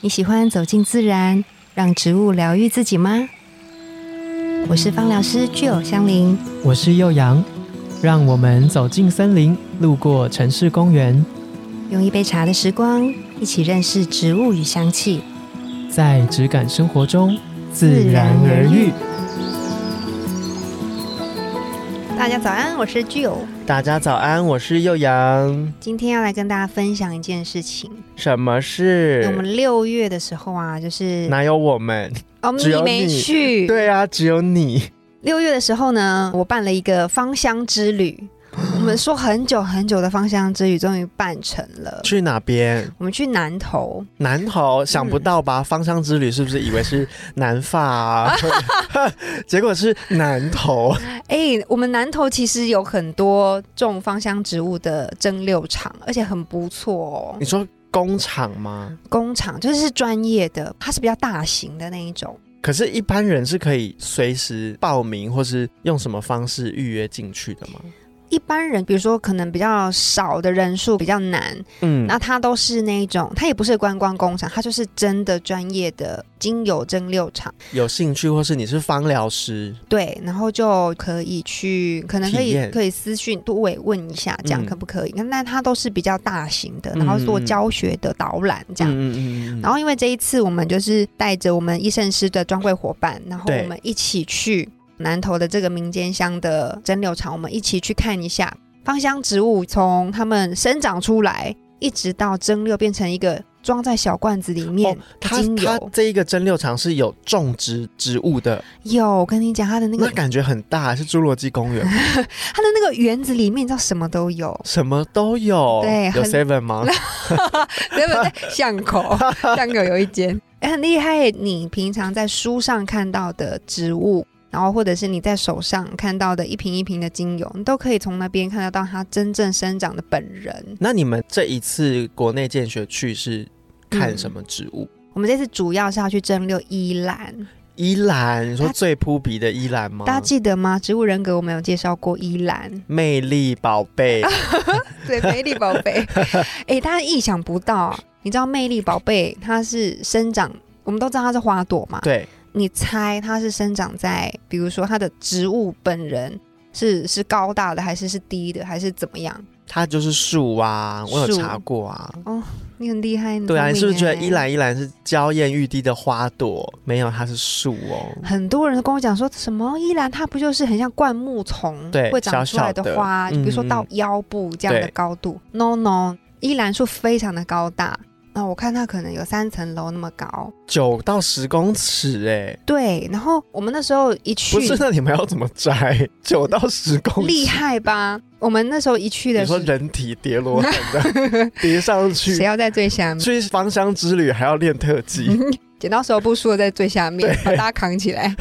你喜欢走进自然，让植物疗愈自己吗？我是芳疗师具有香林，我是幼阳，让我们走进森林，路过城市公园，用一杯茶的时光，一起认识植物与香气。在质感生活中自然而愈。大家早安，我是具有，大家早安，我是幼阳。今天要来跟大家分享一件事情。什么事？我们六月的时候啊，就是哪有我们？哦，只有你没你去。对啊，只有你。 六月的时候呢，我办了一个芳香之旅。我们说很久很久的芳香之旅终于办成了。去哪边？我们去南投，南投，想不到吧？芳香之旅是不是以为是南法、啊？ 结果是南投。哎、我们南投其实有很多种芳香植物的蒸馏厂，而且很不错哦你。说工厂吗？工厂就是专业的，它是比较大型的那一种。可是，一般人是可以随时报名，或是用什么方式预约进去的吗？一般人，比如说可能比较少的人数比较难，嗯那它都是那一种，它也不是观光工厂，它就是真的专业的精油蒸馏厂。有兴趣，或是你是芳疗师，对，然后就可以去，可能可体以验可以私讯杜伟问一下，这样嗯可不可以？那但它都是比较大型的，嗯然后做嗯嗯教学的导览这样。嗯嗯嗯嗯然后因为这一次我们就是带着我们医圣师的专柜伙伴，然后对我们一起去南投的这个民间香的蒸馏厂，我们一起去看一下芳香植物从它们生长出来，一直到蒸馏变成一个装在小罐子里面。哦它精它油这一个蒸馏厂是有种植植物的，有，我跟你讲，它的那那个感觉很大，是侏罗纪公园吗， 它的那个园子里面，你知道什么都有。什么都有。对有很 Seven 吗？对不对？巷口，巷口有一间，哎、很厉害耶。你平常在书上看到的植物，然后或者是你在手上看到的一瓶一瓶的精油，你都可以从那边看得到它真正生长的本人。那你们这一次国内见学去是看什么植物？我们这次主要是要去蒸馏依兰，依兰，你说它最扑鼻的依兰吗大？家记得吗？植物人格我们有介绍过依 兰，魅力宝 贝，对，魅力宝贝。哎、大家意想不到啊，你知道魅力宝贝它是生长，我们都知道它是花朵嘛，对，你猜它是生长在，比如说它的植物本人是是高大的，还是是低的，还是怎么样？它就是树啊，我有树查过啊。你很厉害，对啊，很你聪是不是觉得明欸依？兰依兰是娇艳欲滴的花朵？没有，它是树哦。很多人都跟我讲说什么依兰，它不就是很像灌木丛，对会长出来小小的花，嗯比如说到腰部这样的对高度。No No，依兰树非常的高大，那我看它可能有三层楼那么高。九到十公尺哎，对，然后我们那时候一去，不是？那你们要怎么摘？九到十公尺，厉！害吧？我们那时候一去的你时说候，人体叠罗汉的 叠上谁去，要在最下面？去芳香之旅还要练特嗯技，剪刀石头布输的在最下面，把大家扛起来。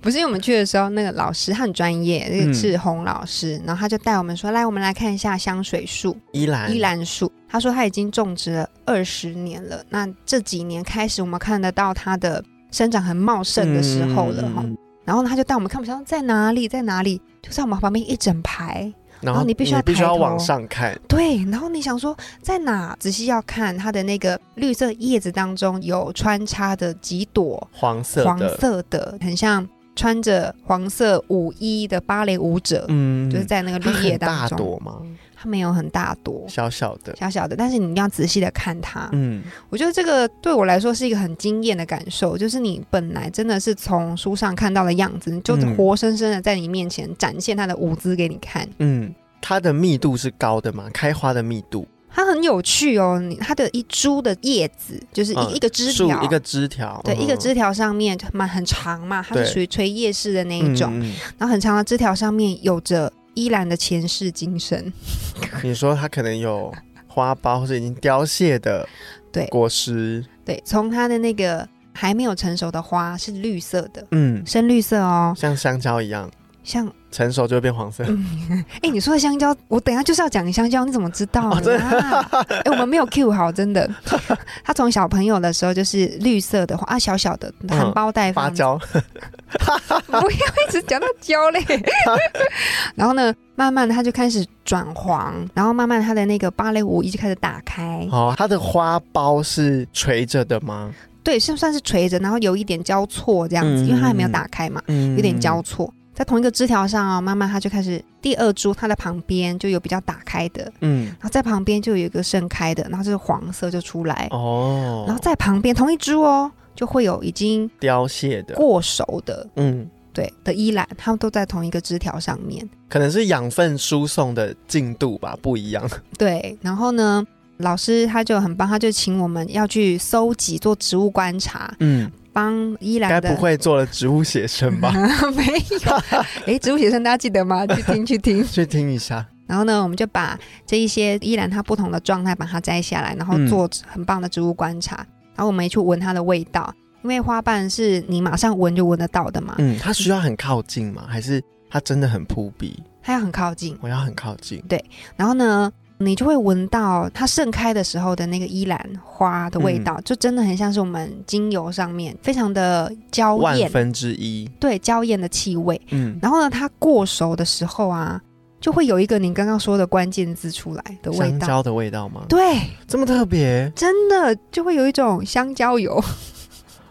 不是因为我们去的时候，那个老师他很专业，那个嗯志宏老师，然后他就带我们说：“来，我们来看一下香水树、依兰依兰树。”他说他已经种植了二十年了。那这几年开始，我们看得到它的生长很茂盛的时候了哈、嗯然后呢，他就带我们看，我们想在哪里，在哪里，就在我们旁边一整排。然后哦后你你必必须须要要抬头往上看，对，然后你想说在哪？仔细要看它的那个绿色叶子当中有穿插的几朵黄色的，黄色的，很像穿着黄色舞衣的芭蕾舞者，嗯就是在那个它绿叶很当大中。朵吗？它没有很大朵，小小的，小小的，但是你一定要仔细的看它。嗯，我觉得这个对我来说是一个很惊艳的感受，就是你本来真的是从书上看到的样子，你就嗯活生生的在你面前展现它的舞姿给你看。嗯，它的密度是高的嘛？开花的密度，它很有趣哦，你它的一株的叶子就是一、嗯一个枝树条，一个枝条，对、嗯一个枝条上面就蛮很长嘛，它是对属于垂叶式的那一种。，嗯嗯然后很长的枝条上面有着依兰的前世今生，嗯你说它可能有花苞或者已经凋谢的 对果实，对，从它的那个还没有成熟的花是绿色的，嗯，深绿色哦，像香蕉一样，像成熟就会变黄色。 哎、你说的香蕉，我等一下就是要讲香蕉，你怎么知道呢？啊哎、我们没有 Q 好，真的， 它从小朋友的时候就是绿色的花啊，小小的含苞待芭放，蕉，不要一直讲到焦嘞。 然后呢，慢慢的它就开始转黄，然后慢慢地它的那个芭蕾舞衣就开始打开，哦，它的花苞是垂着的吗？对，是算是垂着，然后有一点交错这样子，嗯因为它还没有打开嘛，嗯有点交。错。在同一个枝条上哦，慢慢它就开始第二株，它的旁边就有比较打开的，嗯，然后在旁边就有一个盛开的，然后这个黄色就出来，哦，然后在旁边同一株哦，就会有已经凋谢的，过熟的，嗯，对的依兰，它们都在同一个枝条上面。可能是养分输送的进度吧，不一 样。对，然后呢，老师他就很棒，他就请我们要去搜集做植物观察，嗯，帮依兰该的。不会做了植物写 生吧？没有， 哎，植物学生大家记得吗？去听去听。 去听一下。然后呢，我们就把这一些依兰它不同的状态把它摘下来，然后嗯做很棒的植物观察。然后我们也去闻它的味道，因为花瓣是你马上闻就闻得到的嘛，嗯，它需要很靠近吗？还是它真的很扑鼻？它要很靠近。我要很靠近。然后呢，你就会闻到它盛开的时候的那个依兰花的味嗯道，就真的很像是我们精油上面非常的娇万艳，分之一。对娇艳的气味。嗯，然后呢，它过熟的时候啊，就会有一个你刚刚说的关键字出来的味香道。蕉的味道吗？对，这么特别真的就会有一种香蕉油，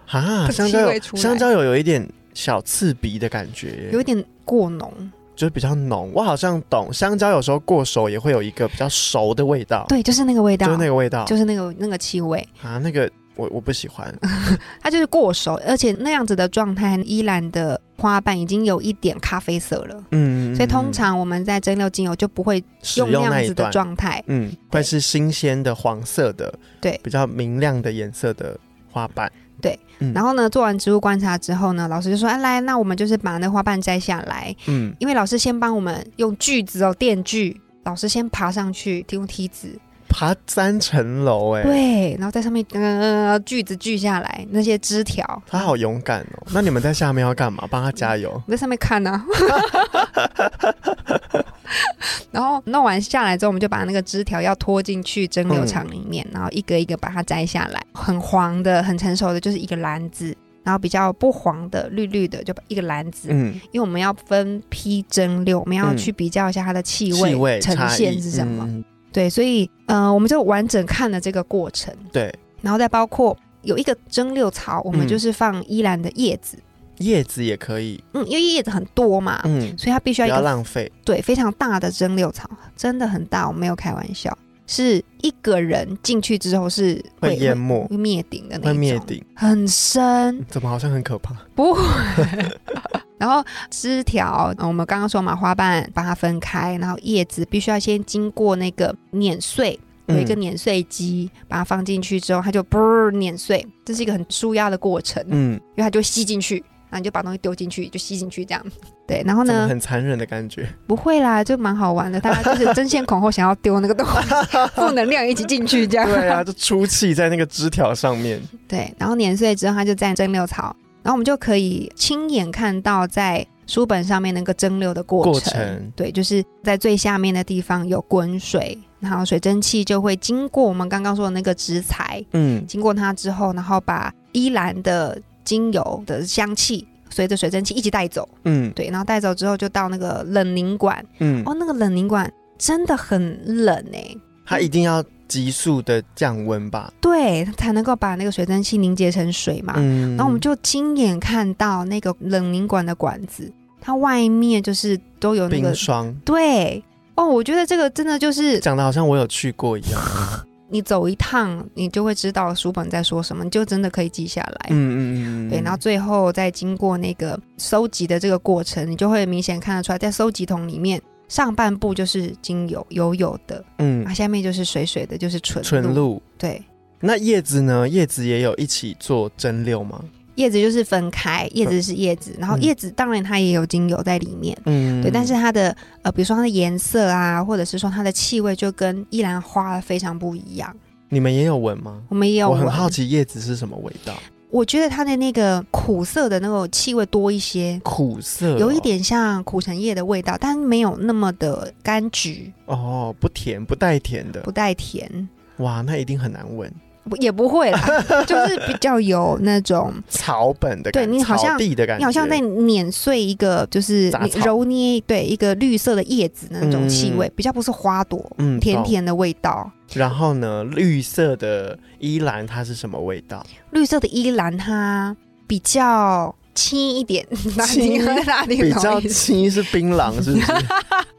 啊！的香气蕉味有出来香蕉有有一点小刺鼻的感觉，有一点过浓。就是比较浓。我好像懂，香蕉有时候过熟也会有一个比较熟的味道，，对，就是那个味道，就是那个味道，就是那个那个气味，啊，那个我我不喜 欢。嗯它就是过熟，而且那样子的状态，依兰的花瓣已经有一点咖啡色了。嗯，所以嗯通嗯常我们在蒸馏精油就不会使用那用那样一子的段，状态，嗯，会是新鲜的黄色的，对比较明亮的颜色的花瓣，对。嗯然后呢，做完植物观察之后呢，老师就说：“哎、来，那我们就是把那花瓣摘下来，嗯，因为老师先帮我们用锯子哦，电锯，老师先爬上去，用梯子，爬三层楼，哎，对，然后在上面呃锯子锯下来那些枝条，他好勇敢哦。那你们在下面要干嘛？帮他加油。我在上面看呢、啊。 然后弄完下来之后，我们就把那个枝条要拖进去蒸馏厂里面，然后一个一个把它摘下来。很黄的、很成熟的，就是一个篮子；然后比较不黄的、绿绿的，就一个篮子。嗯，因为我们要分批蒸馏，我们要去比较一下它的气味,、气味呈差现异是什么。嗯对，所以呃，我们就完整看了这个过程，对，然后再包括有一个蒸馏槽，我们嗯就是放依兰的叶子。叶子也可以，嗯，因为叶子很多嘛，嗯，所以它必须不啊要一要个浪费。对非常大的蒸馏槽，真的很大，我没有开玩笑，是一个人进去之后是会淹没会灭顶的那会一种，灭，顶，嗯很深，怎么好像很可怕？不会。然后枝条，呃我们刚刚说嘛，花瓣把它分开，然后叶子必须要先经过那个碾碎，有嗯一个碾碎机，把它放进去之后，它就啵碾碎，这是一个很舒压的过程，嗯，因为它就吸进去，然后你就把东西丢进去，就吸进去这样。对，然后嗯怎呢么，很残忍的感觉？不会啦，就蛮好玩的。大家就是争 先恐后，想要丢那个东西， 负能量一起进去这样。对啊，就出气在那个枝条 上面，对然后碾碎之后，它就在蒸馏槽，然后我们就可以亲眼看到在书本上面那个蒸馏的过程。过程对，就是在最下面的地方有滚水，然后水蒸气就会经过我们刚刚说的那个植材，嗯，经过它之后，然后把依兰的精油的香气随着水蒸气一起带走。嗯对，然后带走之后就到那个冷凝管。嗯，哦，那个冷凝管真的很冷哎、它一定要急速的降温吧？对，它才能够把那个水蒸气凝结成水嘛。嗯，啊然后我们就亲眼看到那个冷凝管的管子，它外面就是都有那冰个霜，对。哦，我觉得这个真的就是讲的好像我有去过一样。你走一趟，你就会知道书本在说什么，你就真的可以记下来。嗯嗯嗯嗯，对，然后最后再经过那个收集的这个过程，你就会明显看得出来，在收集桶里面上半部就是精油油油的，嗯然后下面就是水水的，就是纯纯露。对，那叶子呢？叶子也有一起做蒸馏吗？叶子就是分开，叶子是叶子，然后嗯叶子当然它也有精油在里面，嗯，对，但是它的呃，比如说它的颜色啊，或者是说它的气味，就跟依兰花非常不一样。你们也有闻吗？我们也有我很闻，好奇叶子是什么味道，我觉得它的那个苦涩的那种气味多一些，苦涩哦、有一点像苦橙叶的味道，但没有那么的柑橘，哦，不甜，不带甜的不，带甜。哇，那一定很难闻。也不会 啦，就是比较有那种草本的对感觉，你好像草地的感觉，你好像在碾碎一个，就是杂你草揉捏对一个绿色的叶子那种气味，比较不是花朵，嗯甜。懂甜的味道。然后呢，绿色的依兰它是什么味 道？绿色的依兰它比较轻一点，哪里轻哪里比容较易青是槟榔，是不是？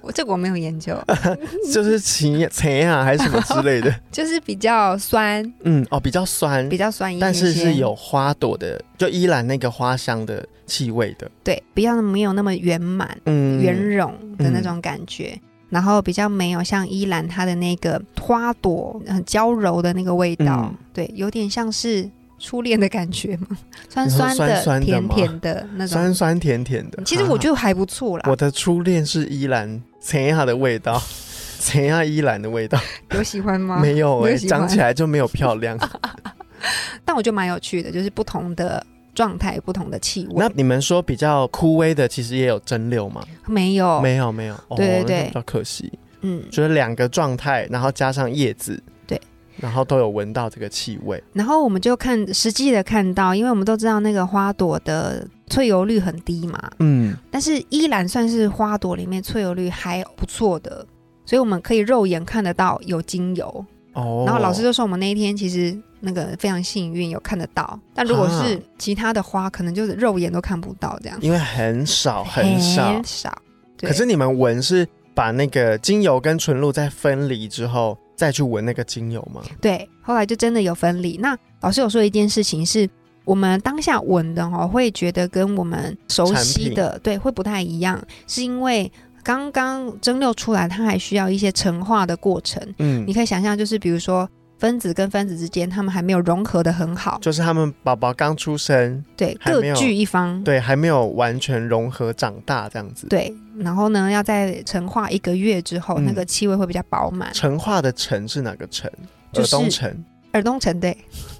我这个我没有研究，就是青青啊，还是什么之 类的？就是比较酸，嗯，哦，比较酸比，较酸一点但些是是有花朵的，就依兰那个花香的气味的。对，比较没有那么圆满、嗯，圆融的那种感觉。然后比较没有像依兰它的那个花朵很娇柔的那个味道，嗯对，有点像是初恋的感觉嘛，酸你说酸的、酸酸的甜吗甜的那种。酸酸甜甜的。其实我觉得还不错啦，我的初恋是依兰陈亚的味道， 陈亚依兰的味道有喜欢吗？没有没哎、有喜欢长起来就没有 漂亮。但我觉得蛮有趣的，就是不同的状态、不同的气那味，你们说比较枯萎的，其实也有蒸馏吗？没有，没有没有，哦、对对那对比较可惜，嗯，就是两个状态，然后加上叶子，对，然后都有闻到这个气味，然后我们就看实际的看到，因为我们都知道那个花朵的萃油率很低嘛，嗯，但是依然算是花朵里面萃油率还不错的，所以我们可以肉眼看得到有精油。哦，然后老师就说我们那一天其实那个非常幸运有看得到，但如果是啊其他的花，可能就是肉眼都看不到这样，因为很少很少很，少。对可是你们闻是把那个精油跟纯露再分离之后，再去闻那个精油吗？对，后来就真的有分离。那老师有说一件事情是，我们当下闻的哦，会觉得跟我们熟产悉品的对会不太一样，是因为刚刚蒸馏出来，它还需要一些陈化的过程。嗯你，可以想象，就是比如说分子跟分子之间，它们还没有融合的很好，就是他们宝宝刚出生，对，还各没有据一方。对，还没有完全融合长大这样子。，对然后呢，要在陈化一个月之后，那嗯个气味会比较饱满。陈化的陈是哪个陈？就尔是东陈，耳东陈对，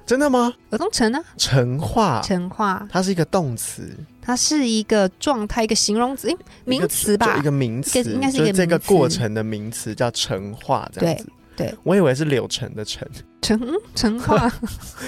真的吗？耳东陈呢？陈化，陈化，它是一个动词，它是一个状态，一个形容词，诶名词就吧一？个名词，应该是一就个是这个名词过程的名词叫陈化这样子。对对我以为是柳橙的橙，陈嗯陈 化，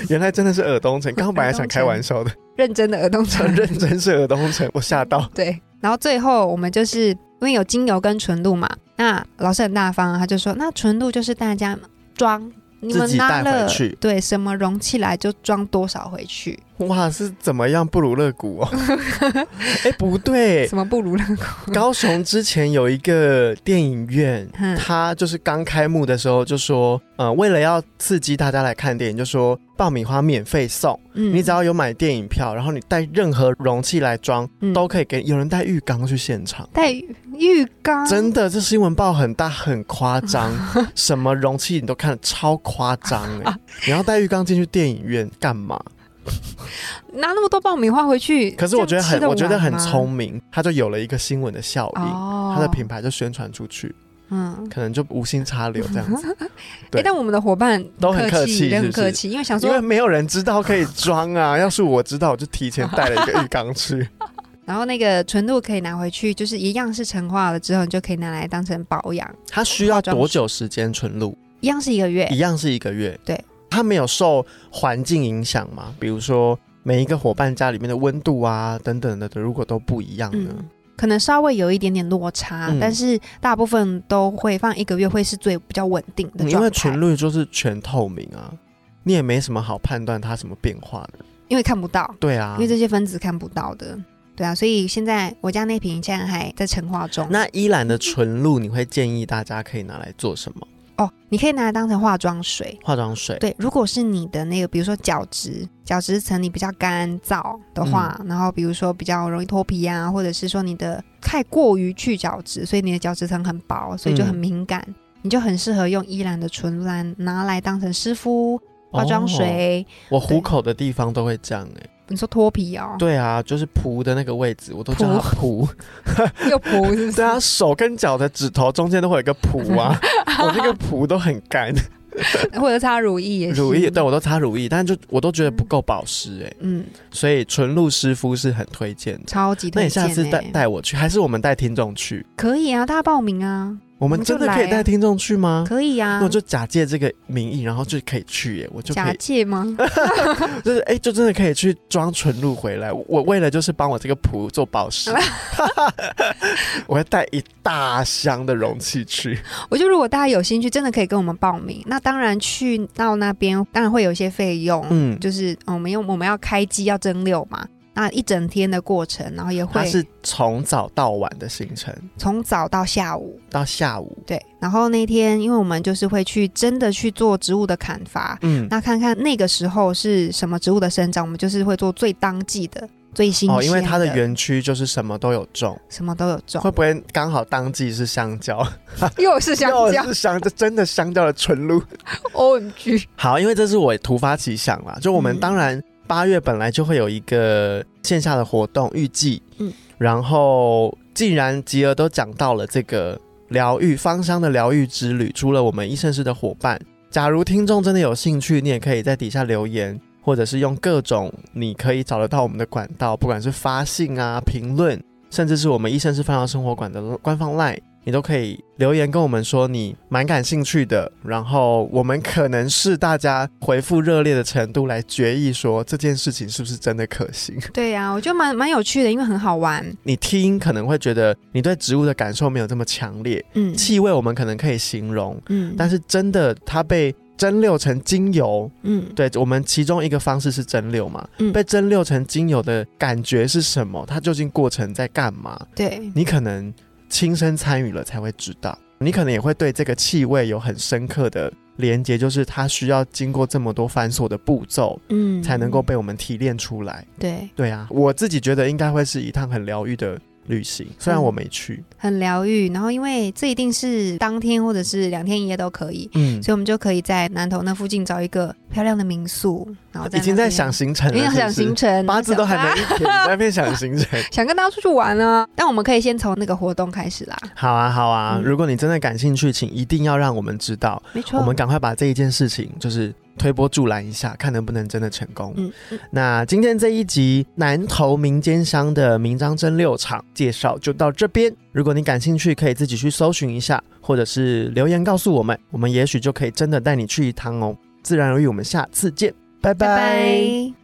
原来真的是尔 东城。刚刚本来想开玩笑的，认真的耳东很陈认真是尔东城，我吓 到。对，然后最后我们就是因为有精油跟纯露嘛，那老师很大方，啊他就说那纯露就是大家装，你自己们拿带回了去对什么容器来就装多少回去，哇，是怎么样布鲁勒谷 哦？哎、不对，什么不如了，高雄之前有一个电影院，嗯他就是刚开幕的时候就说，呃，为了要刺激大家来看电影，就说爆米花免费送，嗯你只要有买电影票，然后你带任何容器来装，嗯都可以给。有人带浴缸去现场，带浴缸，真的，这新闻报很大，很夸 张，什么容器你都看得超夸张哎、 你要带浴缸进去电影院干嘛？拿那么多爆米花回去，可是我觉得很，这样我吃觉完吗得很聪明，他就有了一个新闻的效应，哦，他的品牌就宣传出去，嗯。可能就无心插柳这样子。哎、对但我们的伙伴都很客气气，也是很不客是气，因为想因为说，没有人知道可以装啊。要是我知道，我就提前带了一个浴缸 去。然后那个纯露可以拿回去，就是一样是陈化了之后，你就可以拿来当成保养，它需要多久时间纯露？一样是一个月，一样是一个月。对，它没有受环境影响吗？比如说每一个伙伴家里面的温度啊，等等的，如果都不一样呢？嗯，可能稍微有一点点落差，嗯但是大部分都会放一个月，会是最比较稳定的状嗯态。因为纯露就是全透明啊，你也没什么好判断它什么变化的。因为看不到，对啊因为，这些分子看不到的，对啊，所以现在我家那瓶现在还在陈化中。那依兰的纯露，你会建议大家可以拿来做什么？哦，你可以拿来当成化妆水。化妆水。对，如果是你的那个，比如说角质，角质层你比较干燥的话，嗯然后比如说比较容易脱皮啊，或者是说你的太过于去角质，所以你的角质层很薄，所以就很嗯敏感，你就很适合用依兰的纯露来拿来当成湿敷、化妆哦水，我虎对口的地方都会这样哎、你说脱皮哦，对啊，就是蹼的那个位置，我都叫它 蹼。又不是不是 对啊，手跟脚的指头中间都会有一个 蹼啊，我那个蹼都很干。或者擦乳液也是乳液，对我都擦乳液，但就我都觉得不够保湿哎、嗯，所以纯露湿敷是很推荐的。超级那推你荐、欸。下次带带我去，还是我们带听众去？可以啊，大家报名啊，我我们们真就的可以来带啊听众去吗？可以啊呀、那我就假借这个名义，然后就可以去欸耶，我就可假以，借吗？就是哎、就真的可以去装纯露回来。我为了就是帮我这个仆做 保湿，我会带一大箱的容器去。我觉得如果大家有兴趣，真的可以跟我们报名。那当然去到那边，当然会有一些费用，嗯，就是嗯我们因为我们要开机要蒸馏嘛，那一整天的过程，然后也它会是从早到晚的行程，从早到下午，到下午。对。然后那天，因为我们就是会去真的去做植物的砍伐，嗯，那看看那个时候是什么植物的生长，我们就是会做最当季的、最新鲜哦，因为它的哦的园区就是什么都有种，什么都有种会，不会刚好当季是香蕉？ 又是香又蕉是香，这真的香蕉的纯露。 ，O M G，好，因为这是我突发奇想啦，就我们嗯当然八月本来就会有一个线下的活动，预计，嗯嗯，然后既然吉儿都讲到了这个疗愈芳香的疗愈之旅，除了我们医生室的伙伴，假如听众真的有兴趣，你也可以在底下留言。或者是用各种你可以找得到我们的管道，不管是发信啊、评论，甚至是我们医生是芳疗生活馆的官方 LINE，你都可以留言跟我们说你蛮感兴趣的，然后我们可能是大家回复热烈的程度来决议说这件事情是不是真的可行。 对呀、我觉得蛮蛮有趣的，因为很好玩，你听可能会觉得你对植物的感受没有这么强烈，嗯气味我们可能可以形容，嗯，但是真的它被蒸馏成精油，嗯对我们其中一个方式是蒸馏嘛，嗯被蒸馏成精油的感觉是什么？它究竟过程在干嘛？对你可能亲身参与了才会知道，你可能也会对这个气味有很深刻的连接，就是它需要经过这么多繁琐的步骤，嗯才能够被我们提炼出来。对对啊，我自己觉得应该会是一趟很疗愈的旅行，虽然我没去，很疗愈。然后因为这一定是当天或者是两天一夜都可以，嗯所以我们就可以在南头那附近找一个漂亮的民宿，然后已经在那边想行程已经了，想是不行是程，啊八字都还没一撇，你在那边想行 程。想跟大家出去玩啊。但我们可以先从那个活动开始啦，好啊，好啊！嗯如果你真的感兴趣，请一定要让我们知道，没错。我们赶快把这一件事情就是推波助澜一下，看能不能真的成功。嗯嗯那今天这一集南投民间乡的明章蒸馏厂介绍就到这边。如果你感兴趣，可以自己去搜寻一下，或者是留言告诉我们，我们也许就可以真的带你去一趟哦。自然而然，我们下次见，拜拜拜。